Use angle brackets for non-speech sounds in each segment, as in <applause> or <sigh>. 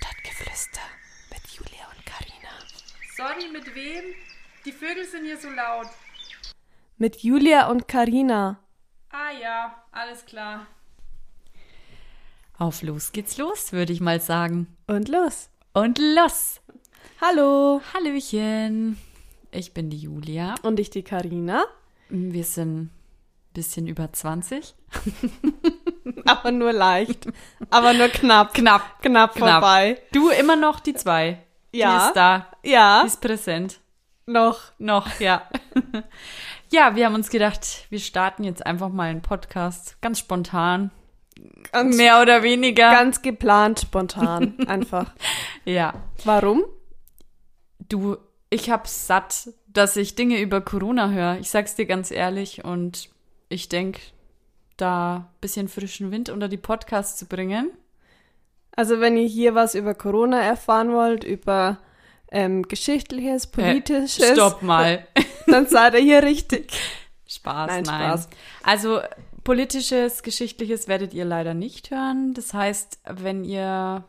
Gäste mit Julia und Karina. Sorry, mit wem? Die Vögel sind hier so laut. Mit Julia und Karina. Ah ja, alles klar. Auf los geht's los, würde ich mal sagen. Und los. Und los! Hallo. Hallöchen! Ich bin die Julia. Und ich die Karina. Wir sind ein bisschen über 20. Aber nur leicht. Aber nur knapp. Knapp. Knapp, Knapp. vorbei. Du immer noch die zwei. Die Ja. ist da. Die Ja. ist präsent. noch. Ah. Noch, ja. <laughs> ja, wir haben uns gedacht, wir starten jetzt einfach mal einen Podcast. Ganz spontan. Ganz, Mehr oder weniger. ganz geplant, spontan. <laughs> Einfach. ja. Warum? Du, ich hab's satt, dass ich Dinge über Corona höre. Ich sag's dir ganz ehrlich und ich denk, da ein bisschen frischen Wind unter die Podcasts zu bringen. Also wenn ihr hier was über Corona erfahren wollt, über ähm, geschichtliches, politisches, Äh, <laughs> stopp mal. dann seid ihr hier richtig. Spaß, Nein, nein. Spaß. Also politisches, geschichtliches werdet ihr leider nicht hören. Das heißt, wenn ihr,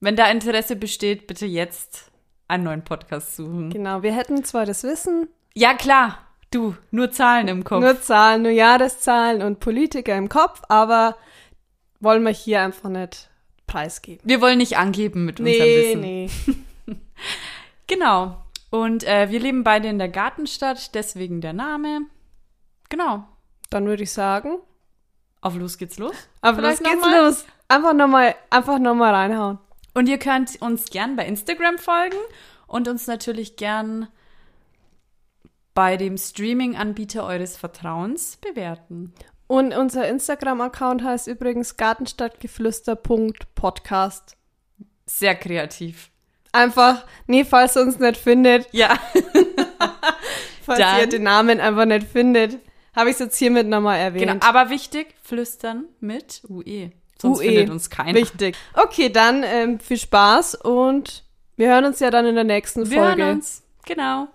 wenn da Interesse besteht, bitte jetzt einen neuen Podcast suchen. Genau, wir hätten zwar das Wissen, Ja, klar. Du, nur Zahlen im Kopf. nur Zahlen, nur Jahreszahlen und Politiker im Kopf, aber wollen wir hier einfach nicht preisgeben. wir wollen nicht angeben mit unserem Nee, Wissen. nee. Genau. Und äh, wir leben beide in der Gartenstadt, deswegen der Name. Genau. Dann würde ich sagen, Auf los geht's los. aber los Vielleicht geht's noch mal? los. Einfach nochmal, einfach nochmal reinhauen. Und ihr könnt uns gern bei Instagram folgen und uns natürlich gern bei dem Streaming-Anbieter eures Vertrauens bewerten. Und unser Instagram-Account heißt übrigens gartenstadtgeflüster.podcast. Sehr kreativ. Einfach, nee, falls ihr uns nicht findet, <laughs> Ja. falls Dann- ihr den Namen einfach nicht findet, habe ich es jetzt hiermit nochmal erwähnt. Genau. Aber wichtig, flüstern mit UE. Sonst UE. findet uns keiner. E. Wichtig. Okay, dann ähm, viel Spaß und wir hören uns ja dann in der nächsten Wir Folge. hören uns. Genau.